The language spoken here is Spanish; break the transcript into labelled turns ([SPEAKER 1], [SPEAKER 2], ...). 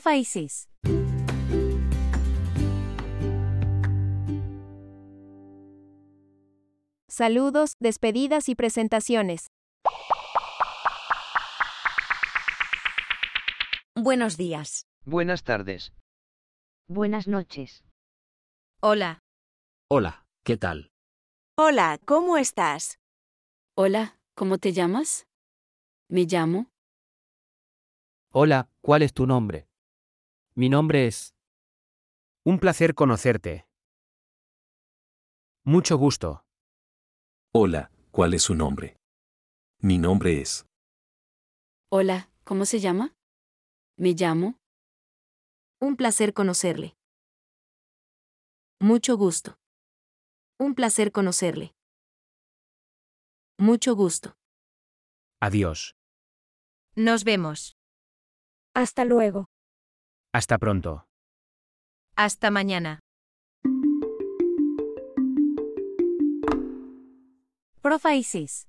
[SPEAKER 1] Profisis.
[SPEAKER 2] Saludos, despedidas y presentaciones.
[SPEAKER 1] Buenos días.
[SPEAKER 3] Buenas tardes.
[SPEAKER 4] Buenas noches.
[SPEAKER 1] Hola.
[SPEAKER 5] Hola, ¿qué tal?
[SPEAKER 6] Hola, ¿cómo estás?
[SPEAKER 7] Hola, ¿cómo te llamas? Me llamo.
[SPEAKER 8] Hola, ¿cuál es tu nombre? Mi nombre es.
[SPEAKER 9] Un placer conocerte. Mucho gusto.
[SPEAKER 10] Hola, ¿cuál es su nombre? Mi nombre es.
[SPEAKER 7] Hola, ¿cómo se llama? Me llamo.
[SPEAKER 11] Un placer conocerle. Mucho gusto. Un placer conocerle. Mucho gusto.
[SPEAKER 9] Adiós.
[SPEAKER 1] Nos vemos.
[SPEAKER 12] Hasta luego.
[SPEAKER 9] Hasta pronto.
[SPEAKER 1] Hasta mañana. Profisis.